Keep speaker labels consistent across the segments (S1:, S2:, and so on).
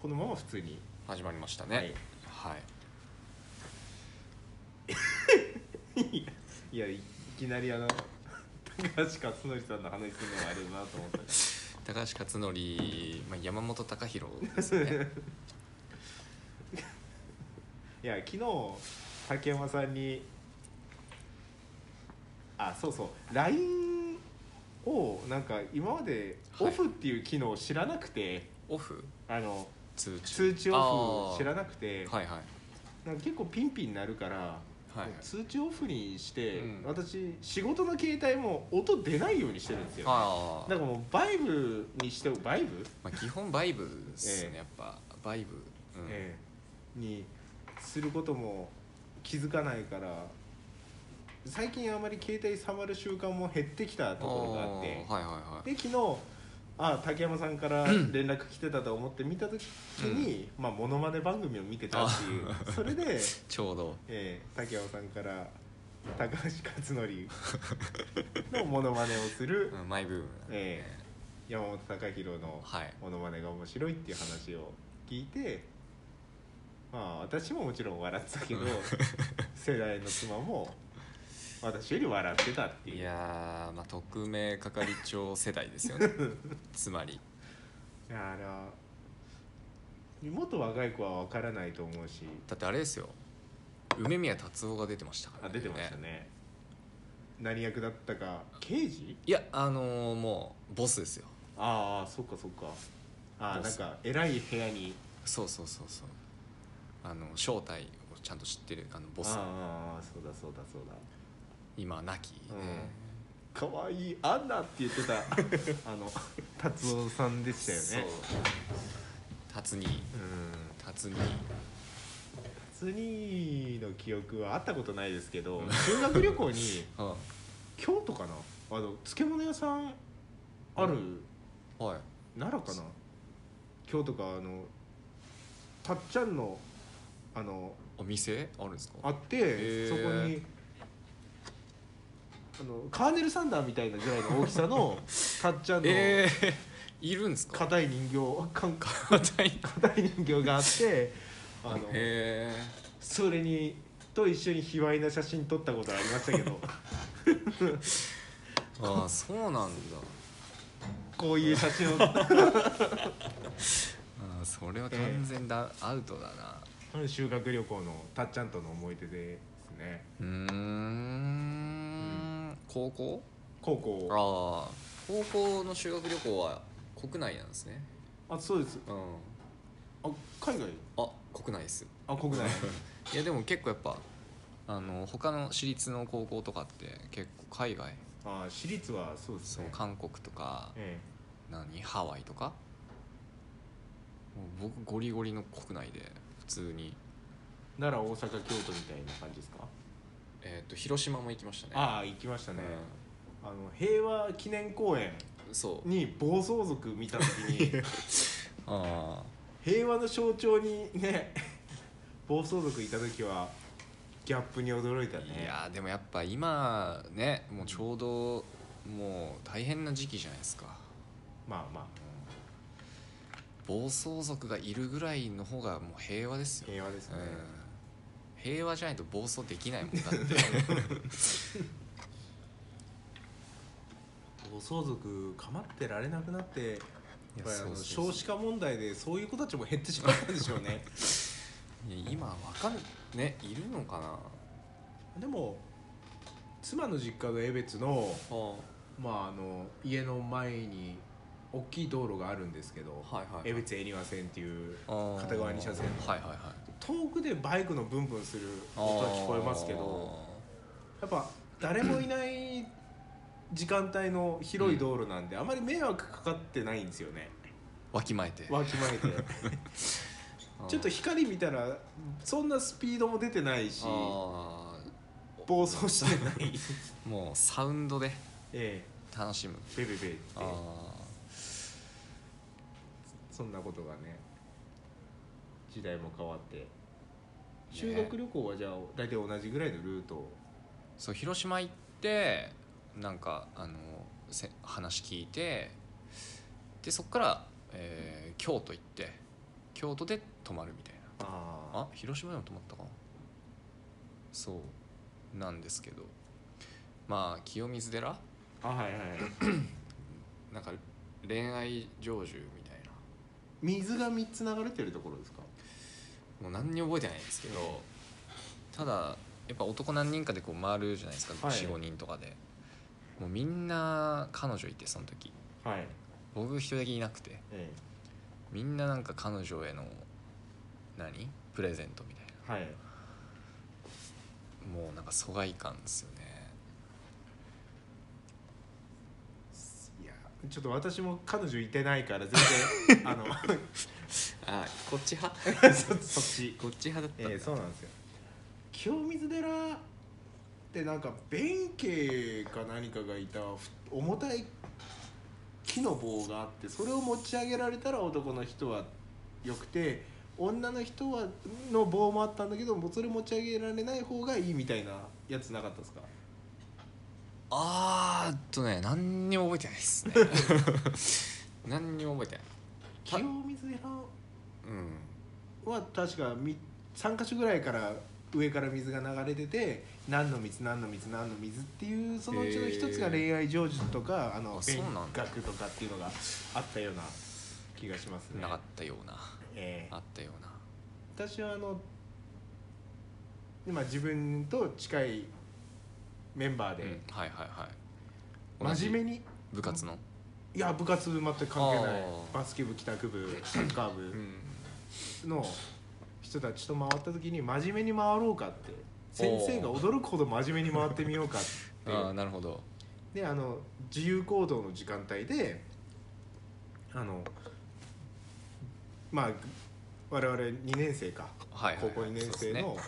S1: このまま普通に、
S2: 始まりましたねはい、
S1: はい、いやいきなりあの高橋克典さんの話するのもあれだなと思った
S2: 高橋克典、まあ、山本貴 弘ですね
S1: いや昨日竹山さんにあそうそう LINE をなんか今まで
S2: はい
S1: オフっていう機能を知らなくて、
S2: オフ
S1: あの
S2: 通知
S1: 通知オフ知ら
S2: な
S1: なくて、
S2: はいはい
S1: なんか結構ピンピンなるから、
S2: はい
S1: 通知オフにして、
S2: うん
S1: 私仕事の携帯も音出ないようにしてるんですよ、
S2: あ
S1: な
S2: あ
S1: ん、かもうバイブにしてバイブ、
S2: まあ、基本バイブです
S1: え
S2: ね、
S1: え
S2: やっぱバイブ、うん
S1: ええにすることも気づかないから最近あまり携帯触る習慣も減ってきたところがあって
S2: あーはいはいはい
S1: で昨日あ竹山さんから連絡来てたと思って見た時に、まあモノマネ番組を見てたっていうそれ で、
S2: ちょうど
S1: ええ竹山さんから高橋克典のモノマネをする
S2: うんマイブームなんでね、
S1: え山本貴弘の
S2: はい
S1: モノマネが面白いっていう話を聞いてまあ私ももちろん笑ってた けど世代の妻も私より笑ってたっていう
S2: いやー、まあ、匿名係長世代です よねつまり
S1: いやあれはもっと若い子は分からないと思うし
S2: だってあれですよ梅宮達夫が出てましたから
S1: あ出てましたね何役だったか刑事
S2: いやあのーもうボスですよ
S1: ああそっかそっかああ
S2: ボ
S1: なん
S2: ス
S1: か偉い部屋に
S2: そうそうそうそうあの正体をちゃんと知ってるあのボス
S1: ああああそうだそうだそうだ
S2: 今亡き、
S1: うん
S2: ね
S1: 可愛いアンナって言って たあの達夫さんでしたよね
S2: そう達に
S1: うん
S2: 達に
S1: 達兄の記憶はあったことないですけど修学旅行に
S2: は
S1: 京都かなあの漬物屋さんある、
S2: いはい
S1: 奈良かな京都かあのたっちゃんのあの
S2: お店あるんですか
S1: あって、
S2: へ
S1: そ
S2: ー
S1: こにあのカーネル・サンダーみたいなぐらいの大きさ のたっちゃんの
S2: えー、 いるんですか
S1: 硬い人形かん
S2: 硬い
S1: 硬い人形があってあの
S2: へえ
S1: それにと一緒に卑猥な写真撮ったことありましたけ ど
S2: ああそうなんだ
S1: こういう写真を多
S2: あーそれは完全だ、アウトだな
S1: 分修学旅行のたっちゃんとの思い出ですね
S2: うーん高校
S1: 高校
S2: ああ高校の修学旅行は国内なんですね
S1: あそうです
S2: うん
S1: あ海外
S2: あ国内です
S1: あ 国内
S2: いやでも結構やっぱあの他の私立の高校とかって結構海外
S1: あ私立はそうです
S2: そう
S1: ね
S2: 韓国とか
S1: え
S2: 何ハワイとかもう僕ゴリゴリの国内で普通に、
S1: え、奈良大阪京都みたいな感じですか、
S2: えー、と広島も行きましたね
S1: ああ行きました
S2: あ
S1: ね、あの平和記念公園
S2: うん、そう
S1: に暴走族見た時 に
S2: あ
S1: 平和の象徴にね 暴走族いた時はギャップに驚いた
S2: あ
S1: ね
S2: いやーでもやっぱ今ねもうちょうどもう大変な時期じゃないですか
S1: まあまあ
S2: 暴走族がいるぐらいの方がもう平和ですよ、
S1: 平和ですね、
S2: うん、平和じゃないと暴走できないもんだって
S1: 暴走族構ってられなくなってやっぱりあの
S2: そうそうそう
S1: 少子化問題でそういう子たちも減ってしまったんでしょうね
S2: いや今わかんねいるのかな
S1: でも妻の実家の江別の,、
S2: は
S1: まあ、あの家の前に大きい道路があるんですけど、
S2: はいはいはい
S1: 江別恵庭線っていう
S2: あー
S1: 片側二車線
S2: はいはいはい
S1: 遠くでバイクのブンブンする音は聞こえますけどやっぱ誰もいない時間帯の広い道路なんで、あまり迷惑かかってないんですよね
S2: あーわきまえて
S1: わき まえてちょっと
S2: あー
S1: 光見たらそんなスピードも出てないし
S2: あ
S1: 暴走してない
S2: ーもうサウンドで
S1: え
S2: 楽しむ
S1: えベベベって
S2: ああ
S1: そんなことがね時代も変わって修学旅行はじゃあ大体同じぐらいのルートを
S2: そう広島行ってなんかあのせ話聞いてでそっから、えー京都行って京都で泊まるみたいなあ
S1: あ
S2: 広島でも泊まったかなそうなんですけどまあ清水寺
S1: あはいはい
S2: なんか恋愛成就みたいな
S1: 水が3つ流れてるところですか
S2: もう何にも覚えてないんですけどただやっぱ男何人かでこう回るじゃないですか、
S1: はい
S2: 45人とかでもうみんな彼女いてその時
S1: はい、
S2: 僕一人だけいなくて
S1: え
S2: みんななんか彼女への何プレゼントみたいな
S1: え、はい
S2: もうなんか疎外感ですよね
S1: いやちょっと私も彼女いてないから全 然あの
S2: あこっち派
S1: そそっち
S2: こっち派だ
S1: ええそうなんですよ清水寺ってなんか弁慶か何かがいたふ重たい木の棒があってそれを持ち上げられたら男の人はよくて女の人はの棒もあったんだけどもうそれ持ち上げられない方がいいみたいなやつなかったですか
S2: あーっとね何にも覚えてないです ね何にも覚えてないた
S1: 清水寺
S2: うん
S1: は確かみ3か所ぐらいから上から水が流れてて何の水何の水何の水っていうそのうちの一つが恋愛成就とかあの
S2: あそう
S1: 勉
S2: なんだ
S1: 学とかっていうのがあったような気がしますね
S2: なかったような
S1: ええ
S2: あったような
S1: 私はあの今自分と近いメンバー
S2: うん
S1: で、
S2: はいはいはい
S1: 真面目に
S2: 部活の
S1: いや部活全く関係ない
S2: あー
S1: バスケ部帰宅部サッカー部、
S2: ん
S1: の人たちと回った時に真面目に回ろうかって先生が驚くほど真面目に回ってみようかっ
S2: あ
S1: て
S2: ーなるほど
S1: であの自由行動の時間帯であのまあ我々2年生か
S2: はいはいはい
S1: 高校2年
S2: そう
S1: 生
S2: です
S1: の
S2: ね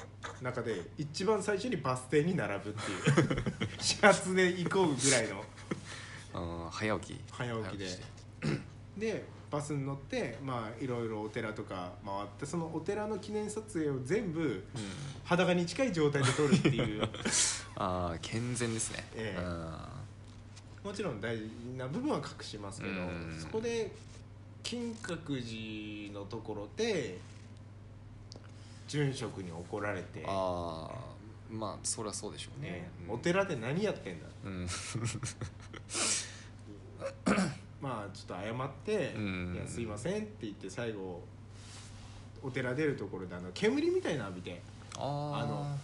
S1: 中で一番最初にバス停に並ぶっていう 始発で行こうぐらいの
S2: うん早起き
S1: 早起きで
S2: して
S1: でバスに乗ってまあいろいろお寺とか回ってそのお寺の記念撮影を全部
S2: うん
S1: 裸に近い状態で撮るっていう
S2: ああ健全ですね
S1: ええもちろん大事な部分は隠しますけど
S2: うん
S1: そこで金閣寺のところで住職に怒られて
S2: うん、ああまあそりゃそうでしょうね
S1: ね、
S2: うん
S1: お寺で何やってんだ
S2: うん
S1: まあちょっと謝って「
S2: うん
S1: いやすいません」って言って最後お寺出るところであの煙みたいなの浴びて
S2: あー
S1: あの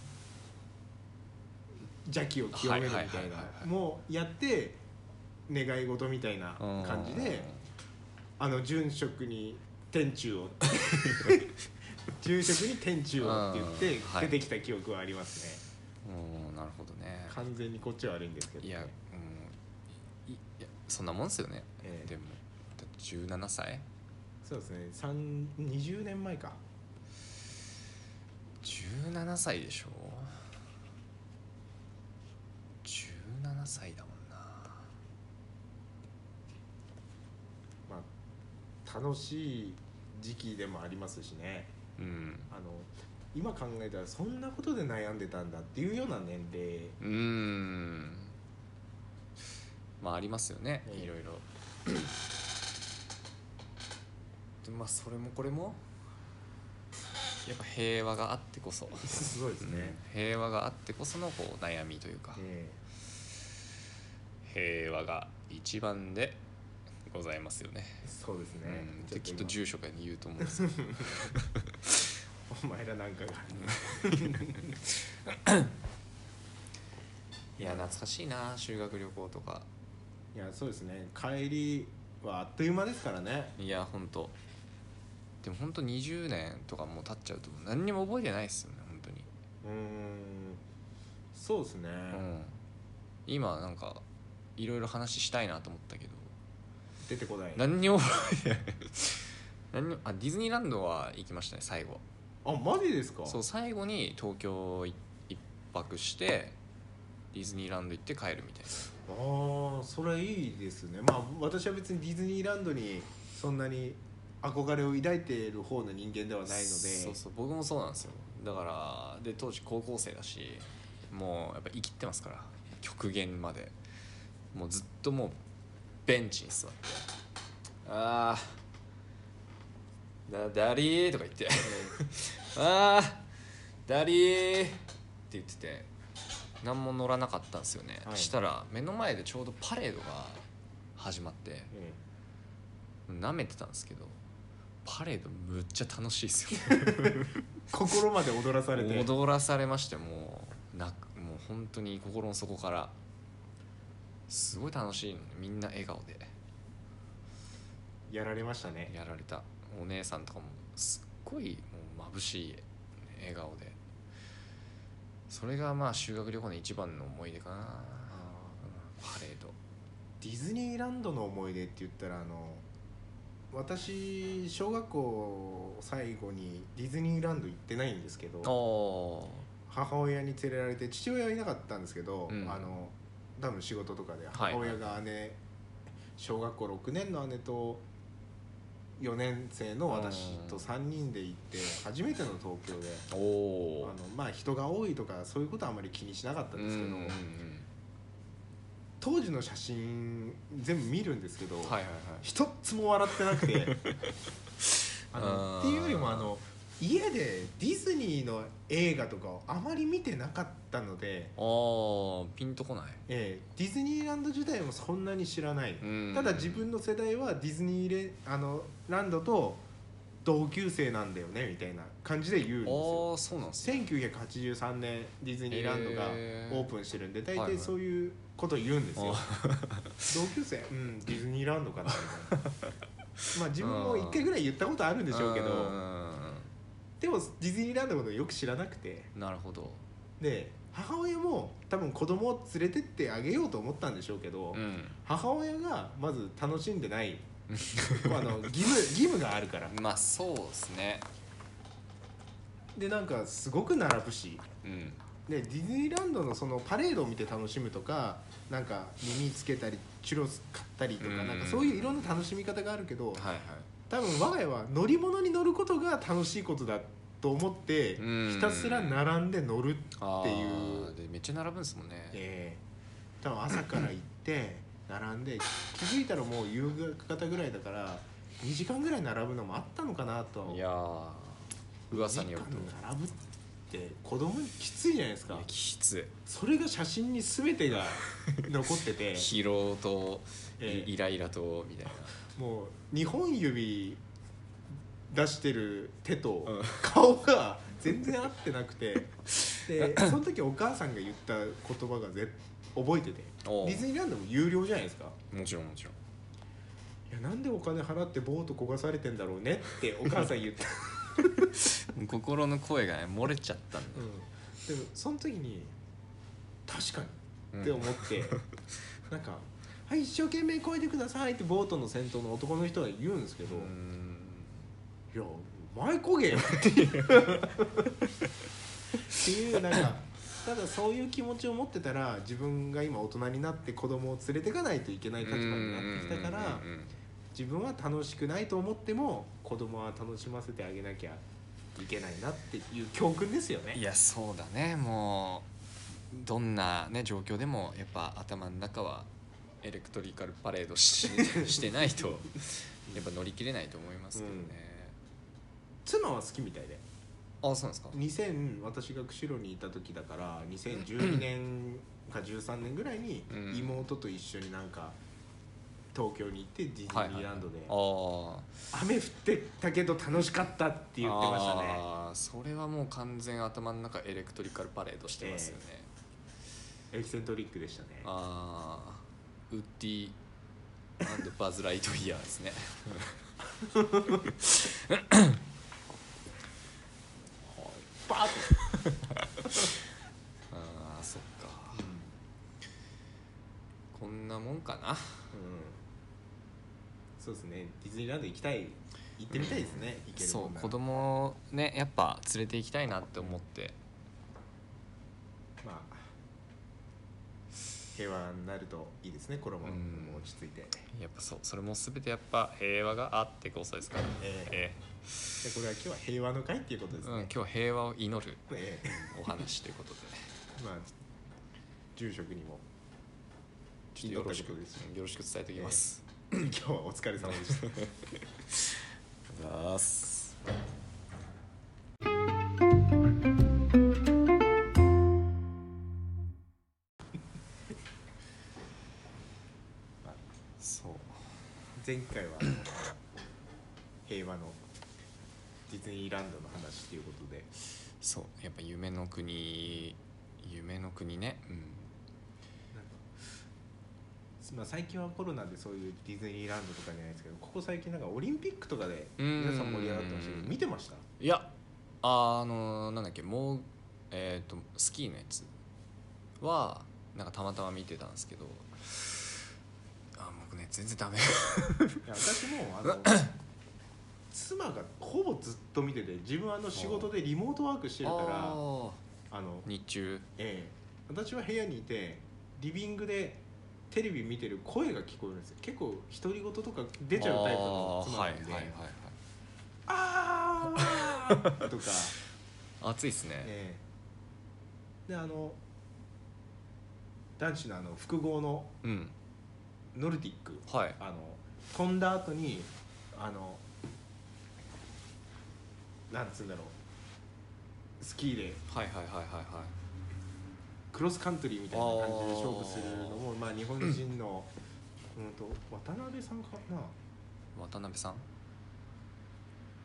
S1: 邪気を清めるみたい
S2: はいはいはいはいは
S1: ないもうやって願い事みたいな
S2: うん
S1: 感じで。あの殉職に天柱 を殉職に天柱をって言っ
S2: うんは
S1: て
S2: い
S1: 出てきた記憶はありますね、
S2: うんなるほどね
S1: 完全にこっちは悪いんですけど、
S2: い
S1: ね、
S2: やうんいいやそんなもんですよね、
S1: ええ
S2: でもだって17歳
S1: そうですね3 20年前か
S2: 17歳でしょ17歳だもんな
S1: まあ楽しい時期でもありますしね
S2: うん
S1: あの今考えたらそんなことで悩んでたんだっていうような年齢
S2: うーんまあありますよね、
S1: ええ
S2: いろいろでまあそれもこれもやっぱ平和があってこそ、
S1: すごいですね、
S2: うん平和があってこそのこう悩みというか、
S1: え
S2: 平和が一番でございますよね
S1: えそうですね、
S2: うん、できっ
S1: 今
S2: と住所が言うと思うんです けど
S1: お前らなんかが
S2: いや懐かしいな修学旅行とか
S1: いやそうですね帰りはあっという間ですからね
S2: いやほんとでもほんと20年とかもう経っちゃうともう何にも覚えてないっすよね本当に、
S1: うーんそうですね、
S2: うん、今なんかいろいろ話したいなと思ったけど
S1: 出てこない
S2: 何にも覚えてない 何にもあディズニーランドは行きましたね最後
S1: あマジですか
S2: そう最後に東京い一泊してディズニーランド行って帰るみたいな
S1: ああそれいいですねまあ私は別にディズニーランドにそんなに憧れを抱いている方の人間ではないので
S2: そうそう僕もそうなんですよだからで当時高校生だしもうやっぱ生きってますから極限までもうずっともうベンチに座ってああだダリーとか言ってああダリーって言ってて何も乗らなかったんですよね、
S1: はい
S2: したら目の前でちょうどパレードが始まって舐めてたんですけどパレードむっちゃ楽しいですよね
S1: 心まで踊らされて
S2: 踊らされましてもう泣くもう本当に心の底からすごい楽しいのねみんな笑顔で
S1: やられましたね
S2: やられたお姉さんとかもすっごいもう眩しい笑顔でそれがまあ修学旅行の一番の思い出かなパレード
S1: ディズニーランドの思い出って言ったらあの私小学校最後にディズニーランド行ってないんですけど
S2: お
S1: 母親に連れられて父親はいなかったんですけど、
S2: うん
S1: あの多分仕事とかで
S2: はい
S1: 母親が姉、小学校6年の姉と4年生の私と3人で行って初めての東京であ
S2: おお
S1: のまあ人が多いとかそういうことはあまり気にしなかったんですけど、当時の写真全部見るんですけど、
S2: はいはいはい
S1: 一つも笑ってなく てあの
S2: あー
S1: っていうよりもあの家でディズニーの映画とかをあまり見てなかったので、
S2: ああピンとこない
S1: ええディズニーランド自体もそんなに知らない、
S2: うん
S1: ただ自分の世代はディズニーレあのランドと同級生なんだよねみたいな感じで言うんですよ
S2: ああそうなんですね
S1: 1983年ディズニーランドが
S2: へー
S1: オープンしてるんで大
S2: はいは
S1: 体
S2: い
S1: そういうこと言うんですよ、
S2: あ
S1: 同級生うんディズニーランドかなみたいな まあ自分も一回ぐらい言ったことあるんでしょうけど
S2: うん
S1: でもディズニーランドのことよく知らなくて
S2: なるほど
S1: で母親も多分子供を連れてってあげようと思ったんでしょうけど、
S2: うん
S1: 母親がまず楽しんでないあの 義務義務があるから
S2: まあそうですね
S1: でなんかすごく並ぶし
S2: うん
S1: でディズニーランドのそのパレードを見て楽しむとかなんか耳つけたりチュロス買ったりとか
S2: うん
S1: なんかそういういろんな楽しみ方があるけど
S2: はいはい
S1: 多分我が家は乗り物に乗ることが楽しいことだと思って
S2: うん
S1: ひたすら並んで乗る
S2: あ
S1: っていう
S2: ーでめっちゃ並ぶんですもんね
S1: えー多分朝から行って並んで気づいたらもう夕方ぐらいだから2時間ぐらい並ぶのもあったのかなと
S2: いやー噂による
S1: 2時間並ぶって子供にきついじゃないです
S2: とい
S1: か
S2: やきつ
S1: それが写真に全てが残ってて
S2: い疲労とい
S1: ええ
S2: イライラとみたいな
S1: もう2本指出してる手と
S2: うん
S1: 顔が全然合ってなくて でその時お母さんが言った言葉がぜ覚えてて
S2: おう
S1: ディズニーランドも有料じゃないですか
S2: もちろんもちろん
S1: いやなんでお金払ってボート焦がされてんだろうねってお母さん言った、
S2: 心の声がね漏れちゃったん
S1: うん、でもその時に確か
S2: う
S1: に
S2: ん
S1: って思って、 なんか「はい一生懸命こいでください」ってボートの先頭の男の人が言うんですけど「
S2: うー
S1: い
S2: ん
S1: や前焦 げよ」っていうっていうなんかただそういう気持ちを持ってたら自分が今大人になって子供を連れてかないといけない立場になってきたから。
S2: うんうんうんうん
S1: 自分は楽しくないと思っても子供は楽しませてあげなきゃいけないなっていう教訓ですよね
S2: いやそうだねもうどんな、ね、状況でもやっぱ頭の中はエレクトリカルパレードししてないと やっぱ乗り切れないと思いますけどね、
S1: 妻は好きみたいで
S2: あそうなんですか
S1: 2000私が釧路にいた時だから2012年か13年ぐらいに
S2: うん
S1: 妹と一緒になんか東京に行ってディズニーランドで
S2: ああ
S1: 雨降ってたけど楽しかったって言ってましたね
S2: あーそれはもう完全頭の中エレクトリカルパレードしてますよね、
S1: エキセントリックでしたね
S2: ああウッディバズ・ライトイヤーですね
S1: バーッ
S2: ああそっか
S1: と、うん
S2: こんなもんかな
S1: そうですねディズニーランド行きたい行ってみたいですね、行けるも
S2: そ
S1: ん
S2: う
S1: なら
S2: 子供をねやっぱ連れて行きたいなって思って
S1: まあ平和になるといいですねこれも,、
S2: うん
S1: 落ち着いてで
S2: やっぱそうそれも全てやっぱ平和があってこそですから、
S1: え
S2: え
S1: これは今日は平和の会っていうことです
S2: え
S1: ね、
S2: うん、今日は平和を祈る
S1: ええ
S2: お話ということでね
S1: まあ住職にも
S2: ちょっとよろしく
S1: 祈ったこ
S2: よ
S1: とです
S2: ろしく伝えておきます、
S1: 今日はお疲れ様でした
S2: ありがとうございます
S1: 前回は平和のディズニーランドの話っていうことで
S2: そうやっぱ夢の国夢の国ねうん
S1: なんか、まあ、最近はコロナでそういうディズニーランドとかじゃないですけどここ最近なんかオリンピックとかで皆さん盛り上がってましたけ
S2: う
S1: ど
S2: ん
S1: 見てました
S2: いやあのなんだっけもうえっ、とスキーのやつはなんかたまたま見てたんですけどあ僕ね全然ダメ
S1: いや私も あの妻がほぼずっと見てて自分はあの仕事でリモートワークしてるから
S2: あ
S1: あ
S2: ー
S1: の、
S2: 日中
S1: ええ、私は部屋にいてリビングでテレビ見てる声が聞こえるんですよ結構独り言とか出ちゃうタイプの妻
S2: あーは
S1: ないんで
S2: はいはいはい
S1: 「あーと か、
S2: 暑いっすね、
S1: ええ、であの男子のあの複合の
S2: うん
S1: ノルディック
S2: はい
S1: あの飛んだ後にあのなんつうんだろうスキーで
S2: はいはいはいはい
S1: クロスカントリーみたいな感じで
S2: あー
S1: 勝負するのもまあ、日本人の、うん、と渡辺さんかな
S2: はい渡辺さん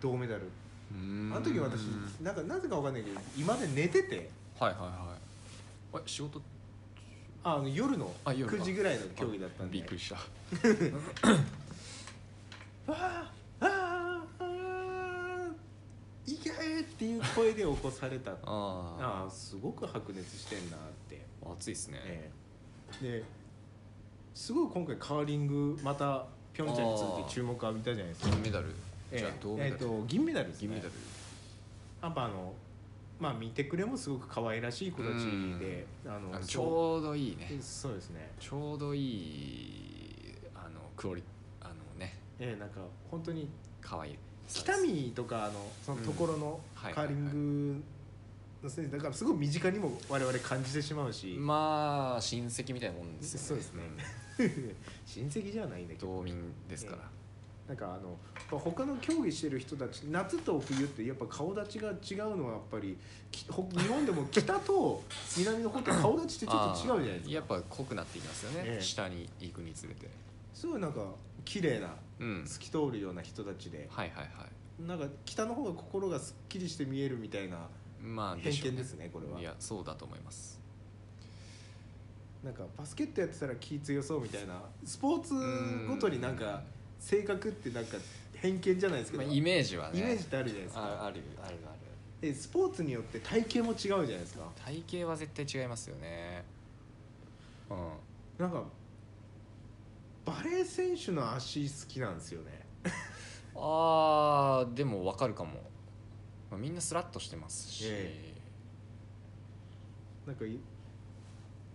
S1: 銅メダル
S2: う
S1: あ
S2: ーん
S1: の時私なんかなぜかわかんないけど今まで寝てて
S2: はいはいはいあ仕事
S1: ああの夜の
S2: あ夜か
S1: 9時ぐらいの競技だったんで
S2: びっくりした
S1: あーあーあーいけーっていう声で起こされた
S2: あ
S1: ああすごく白熱してんなって
S2: あ暑いっすね、
S1: ええですごい今回カーリングまたピョンチャンについて注目浴びたじゃないですか
S2: 銀メダル、
S1: え
S2: じゃあ
S1: え
S2: 銅メ
S1: え
S2: ダ
S1: っ
S2: ル、
S1: と銀メダルですね
S2: 銀メダル
S1: やっぱあのまあ見てくれもすごく可愛らしい子たちであ
S2: あのち
S1: そう
S2: ょうどいいね
S1: そうですね
S2: ちょうどいいあのクオリあのね
S1: ええなんか本当に
S2: 可愛いサイズ
S1: 北見とかあのそのところの
S2: はいはいは
S1: カーリ
S2: い
S1: ングの選手だからすごい身近にも我々感じてしまうし、
S2: まあ親戚みたいなもんですよね
S1: そうですね 親戚じゃないんだけど
S2: 同民ですから、
S1: なんかあのまあ他の競技してる人たち夏と冬ってやっぱ顔立ちが違うのはやっぱりきほ日本でも北と南の方って顔立ちってちょっと違うじゃないですか
S2: やっぱ濃くなっていきますよね、
S1: ええ
S2: 下に行くにつれて
S1: すごいなんか綺麗な
S2: うん
S1: 透き通るような人たちで
S2: はいはいはい
S1: なんか北の方が心がすっきりして見えるみたいな
S2: まあ
S1: 偏
S2: しょう
S1: 見ですねこれはい
S2: やそうだと思います
S1: なんかバスケットやってたら気強そうみたいなスポーツごとになんか性格ってなんか偏見じゃないですけ
S2: ま
S1: ど、
S2: あ、
S1: イ
S2: イ
S1: メ
S2: メージはね
S1: ージってあるじゃないです
S2: あ
S1: か
S2: あるあるある
S1: でスポーツによって体型も違うじゃないですか
S2: 体型は絶対違いますよねうん
S1: なんかバレー選手の足好きなんですよね
S2: あーでもわかるかも、まあ、みんなスラッとしてますし、
S1: えなんかい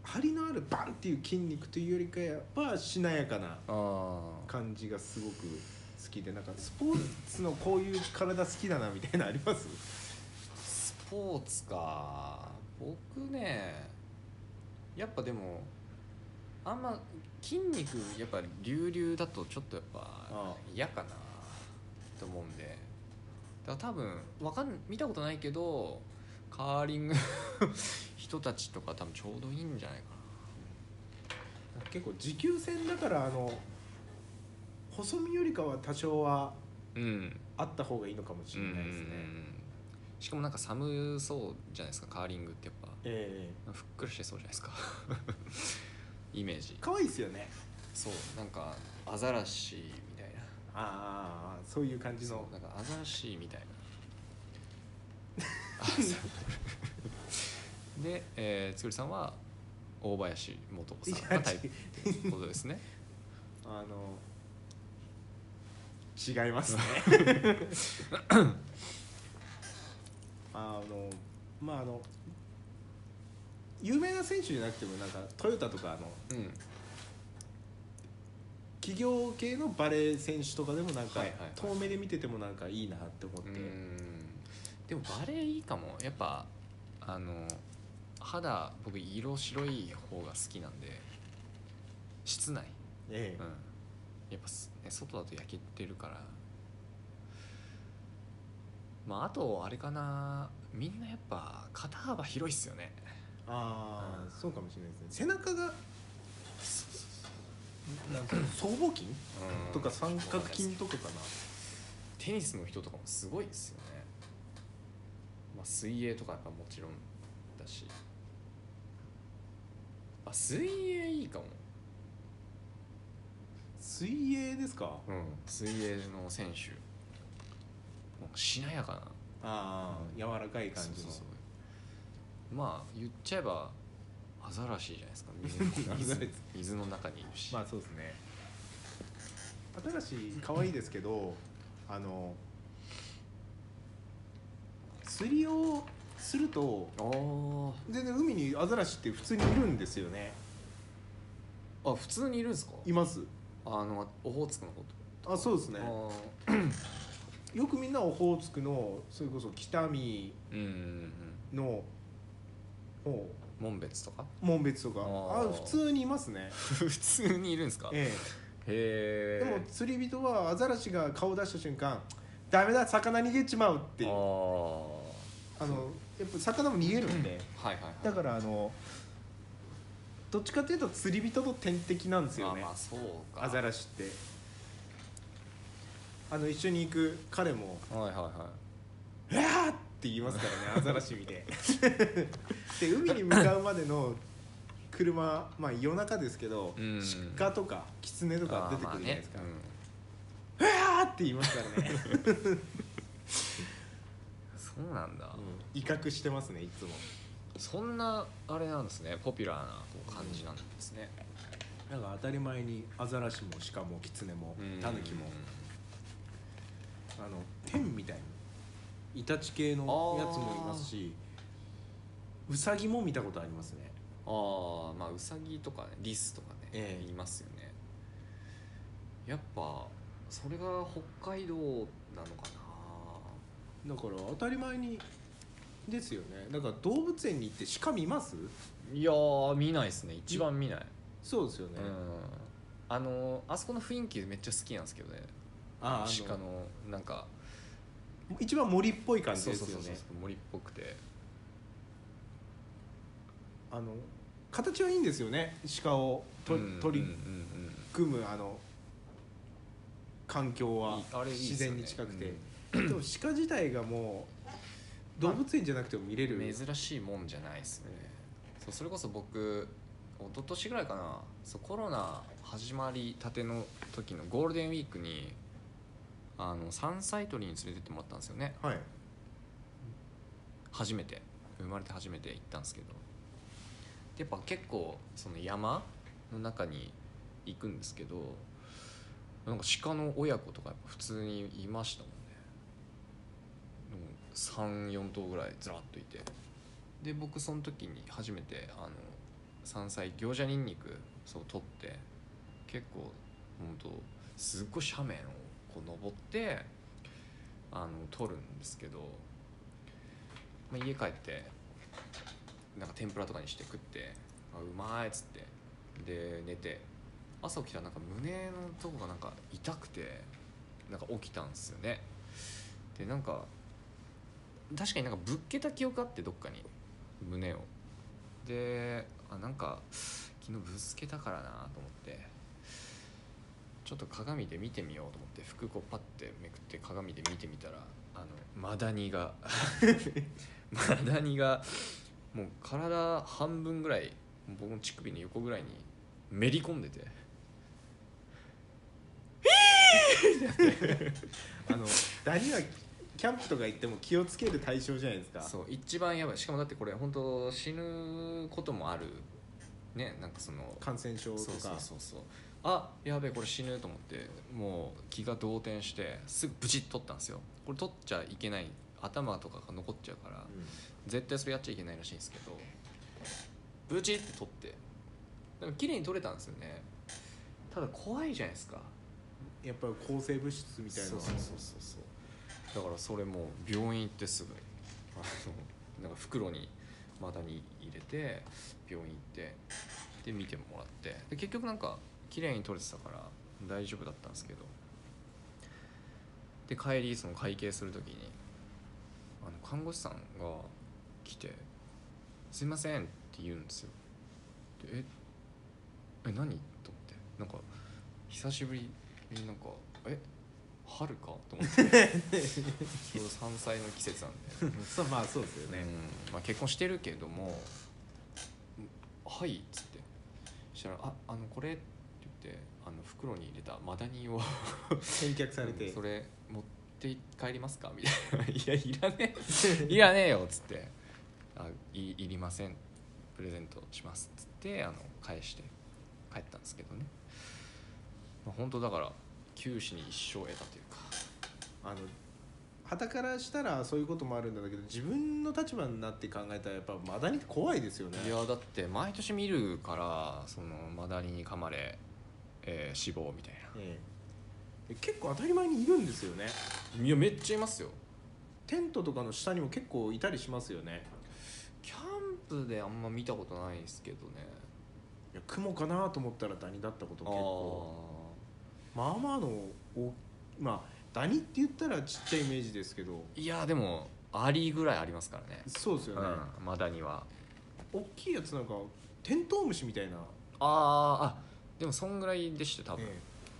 S1: 張りのあるバンっていう筋肉というよりかやっぱしなやかな
S2: ああ
S1: 感じがすごく好きでなんかスポーツのこういう体好きだなみたいなのあります
S2: スポーツか僕ねやっぱでもあんま筋肉やっぱ隆々だとちょっとやっぱ
S1: あ
S2: 嫌かなと思うんでだから多分わかん見たことないけどカーリング 人たちとか多分ちょうどいいんじゃないか
S1: 結構持久戦だからあの細身よりかは多少は
S2: なうん
S1: あった方がいいのかもしれないですね
S2: うんうんうんしかもなんか寒そうじゃないですかカーリングってやっ
S1: え
S2: ぱふっくらしてそうじゃないですか イメージ
S1: え可愛いですよね
S2: そうなんかアザラシみたい
S1: あ
S2: な
S1: あそういう感じの
S2: そうなんかアザラシみたい なあそうで、えー、つくりさんは大林素子さんがタイプってことです ね
S1: あの違いますね あのまああの有名な選手じゃなくてもなんかトヨタとかあの
S2: うん
S1: 企業系のバレー選手とかでもなんか、
S2: はいはいはい
S1: 遠目で見ててもなんかいいなって思って、
S2: うんでもバレエいいかもやっぱあの肌僕色白い方が好きなんで室内、
S1: え
S2: うん、やっぱす、ね、外だと焼けてるからまああとあれかなみんなやっぱ肩幅広いっすよね
S1: ああ、そうかもしれないですね背中がなんか僧帽筋
S2: うん
S1: とか三角筋とかか
S2: テニスの人とかもすごいですよね、まあ、水泳とかやっぱもちろんだしあ水泳いいかも、
S1: な水泳ですか
S2: うん、水泳の選手もうしなやかな
S1: ああ柔らかい感じ
S2: そ
S1: の
S2: うそうそうまあ言っちゃえばアザラシじゃないですか水の
S1: アザラシ
S2: 水水の中にいるし、
S1: まあそうですね新しい可愛いですけどあの釣りをすると
S2: あー
S1: 全然海にアザラシって普通にいるんですよね
S2: あ普通にいるんですか
S1: います
S2: あのオホーツクのこと
S1: あそうですね
S2: あ
S1: よくみんなオホーツクのそれこそ北見
S2: ーうんうんうん
S1: のも
S2: 門別とか
S1: う紋別とか
S2: あ
S1: あ
S2: ー
S1: 普通にいますね、
S2: 普通にいるんですかへ
S1: ええ、
S2: え
S1: でも釣り人はアザラシが顔出した瞬間「ダメだ魚逃げちまう」っていうあ
S2: あ
S1: のやっぱ魚も逃げるんで
S2: ーはいはいはい
S1: だからあのどっちかっていうと釣り人と天敵なんですよね
S2: まあ、まあそうか
S1: アザラシってあの一緒に行く彼も
S2: はいはいは
S1: 「うわー!」って言います からねアザラシ見てで海に向かうまでの車まあ夜中ですけど
S2: うん
S1: 鹿とかキツネと
S2: い
S1: か出てくるじゃないですか「うわー!」って言います からね
S2: うん、そうなんだ、
S1: 威嚇してますねいつも
S2: そんなあれなんですねポピュラーなこう感じなんですね、
S1: なんか当たり前にアザラシも鹿もキツネも
S2: うん
S1: タヌキもあの天みたいなイタチ系のやつもいますしウサギも見たことありますね
S2: ああまあウサギとかねリスとかね、
S1: ええ
S2: いますよねやっぱそれが北海道なのか
S1: だから当たり前にですよねだから動物園に行って鹿見ます
S2: ないやー見ないですね一番見ない、
S1: そうですよね、
S2: うんあのーあそこの雰囲気めっちゃ好きなんですけどね
S1: あああの
S2: 鹿のなんか
S1: 一番森っぽい感じ
S2: そう
S1: で
S2: そう
S1: す
S2: そ
S1: よ
S2: うそ
S1: ね
S2: う森っぽくて
S1: あの形はいいんですよね鹿をと
S2: うん
S1: 取
S2: うん
S1: り組むあの環境
S2: うんうん
S1: はい
S2: いあれいいっすよね
S1: 自然に近くて、でも鹿自体がもう動物園じゃなくても見れる、
S2: うん珍しいもんじゃないですねそうそれこそ僕一昨年ぐらいかなそうコロナ始まりたての時のゴールデンウィークにあの山菜採りに連れてってもらったんですよね
S1: はい
S2: 初めて生まれて初めて行ったんですけどでやっぱ結構その山の中に行くんですけどなんか鹿の親子とかやっぱ普通にいましたもんね34頭ぐらいずらっといてで僕その時に初めてあの山菜行者ニンニクそう取って結構本当すっごい斜面をこう登ってあの取るんですけどまあ、家帰ってなんか天ぷらとかにして食ってあうまいっつってで寝て朝起きたらなんか胸のとこがなんか痛くてなんか起きたんですよねでなんか確かになんかぶっけた記憶あってどっかに胸をであなんか昨日ぶつけたからなと思ってちょっと鏡で見てみようと思って服こうパッてめくって鏡で見てみたらあのマダニがマダニがもう体半分ぐらい僕の乳首の横ぐらいにめり込んでて
S1: あのダニはキャンプとか行っても気をつける対象じゃないですか
S2: そう一番やばいしかもだってこれ本当死ぬこともあるねなんかその
S1: 感染症とか
S2: そうそうそうそうあやべえこれ死ぬと思ってもう気が動転してすぐブチッと取ったんですよこれ取っちゃいけない頭とかが残っちゃうから
S1: うん
S2: 絶対それやっちゃいけないらしいんですけどブチって取ってでも綺麗に取れたんですよねただ怖いじゃないですか
S1: やっぱり抗生物質みたいな
S2: そうそうそうそうそうだからそれもう病院行ってすぐあのなんか袋にマダニ入れて病院行ってで見てもらってで結局なんか綺麗に取れてたから大丈夫だったんですけどで帰りその会計する時にあの看護師さんが来て「すいません」って言うんですよでええ何と思ってなんか久しぶりになんかえ春かと 思ってちょうど山菜の季節なんで、
S1: そうまあそうですよね、
S2: うんまあ、結婚してるけども「はい」っつってそしたら「ああのこれ」って言ってあの袋に入れたマダニを
S1: 返却されて、
S2: うんそれ持って帰りますか?」みたいな「いやいらねえいらねえよ」っつって「あいいりませんプレゼントします」っつってあの返して帰ったんですけどね、まあ、本当だから九死に一生を得たというか
S1: あの傍からしたらそういうこともあるんだけど自分の立場になって考えたらやっぱマダニって怖いですよね
S2: いやだって毎年見るからそのマダニに噛まれ、えー死亡みたい
S1: ええで結構当たり前にいるんですよね
S2: ないやめっちゃいますよ
S1: テントとかの下にも結構いたりしますよね
S2: キャンプであんま見たことないですけどね
S1: いや雲かなと思ったらダニだったこと結構まあまあのおまあダニって言ったらちっちゃいイメージですけど
S2: あーいやでもアリぐらいありますからね
S1: そうですよね、
S2: うん、マダニは
S1: 大きいやつなんかテントウムシみたいな
S2: あーあでもそんぐらいでした多分、
S1: え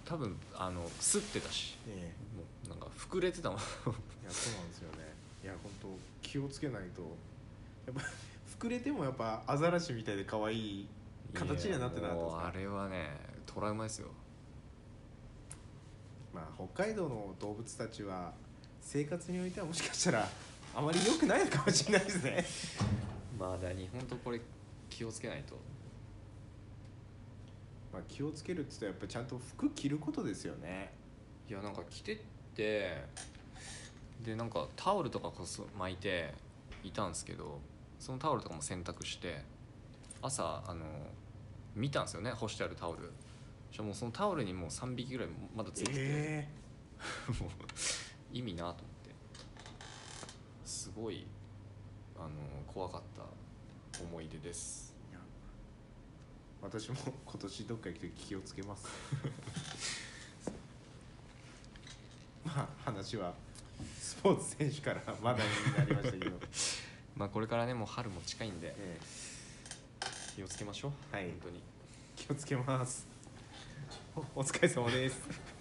S2: 多分あの吸ってたし
S1: ええ
S2: もうなんか膨れてたもん
S1: えいやそうなんですよねいや本当気をつけないとやっぱ 膨れてもやっぱアザラシみたいで可愛い 形にはなってなかったで
S2: いや
S1: す
S2: もう
S1: か
S2: あれはねトラウマですよ
S1: まあ北海道の動物たちは生活においてはもしかしたらあまり良くないのかもしれないですね
S2: マダニ本当これ気をつけないと
S1: まあ気をつけるって言ったらやっぱちゃんと服着ることですよね
S2: いやなんか着てってでなんかタオルとかこそ巻いていたんですけどそのタオルとかも洗濯して朝あの見たんですよね干してあるタオルじゃもうそのタオルにもう3匹ぐらいまだついてて、
S1: え
S2: もう意味なと思ってすごいあの怖かった思い出です
S1: えいや私も今年どっか行く時気をつけますまあ話はスポーツ選手からまだになりましたけど、
S2: まあこれからねもう春も近いんで
S1: ええ
S2: 気をつけましょう、
S1: はい
S2: 本当に
S1: 気をつけますおお疲れ様です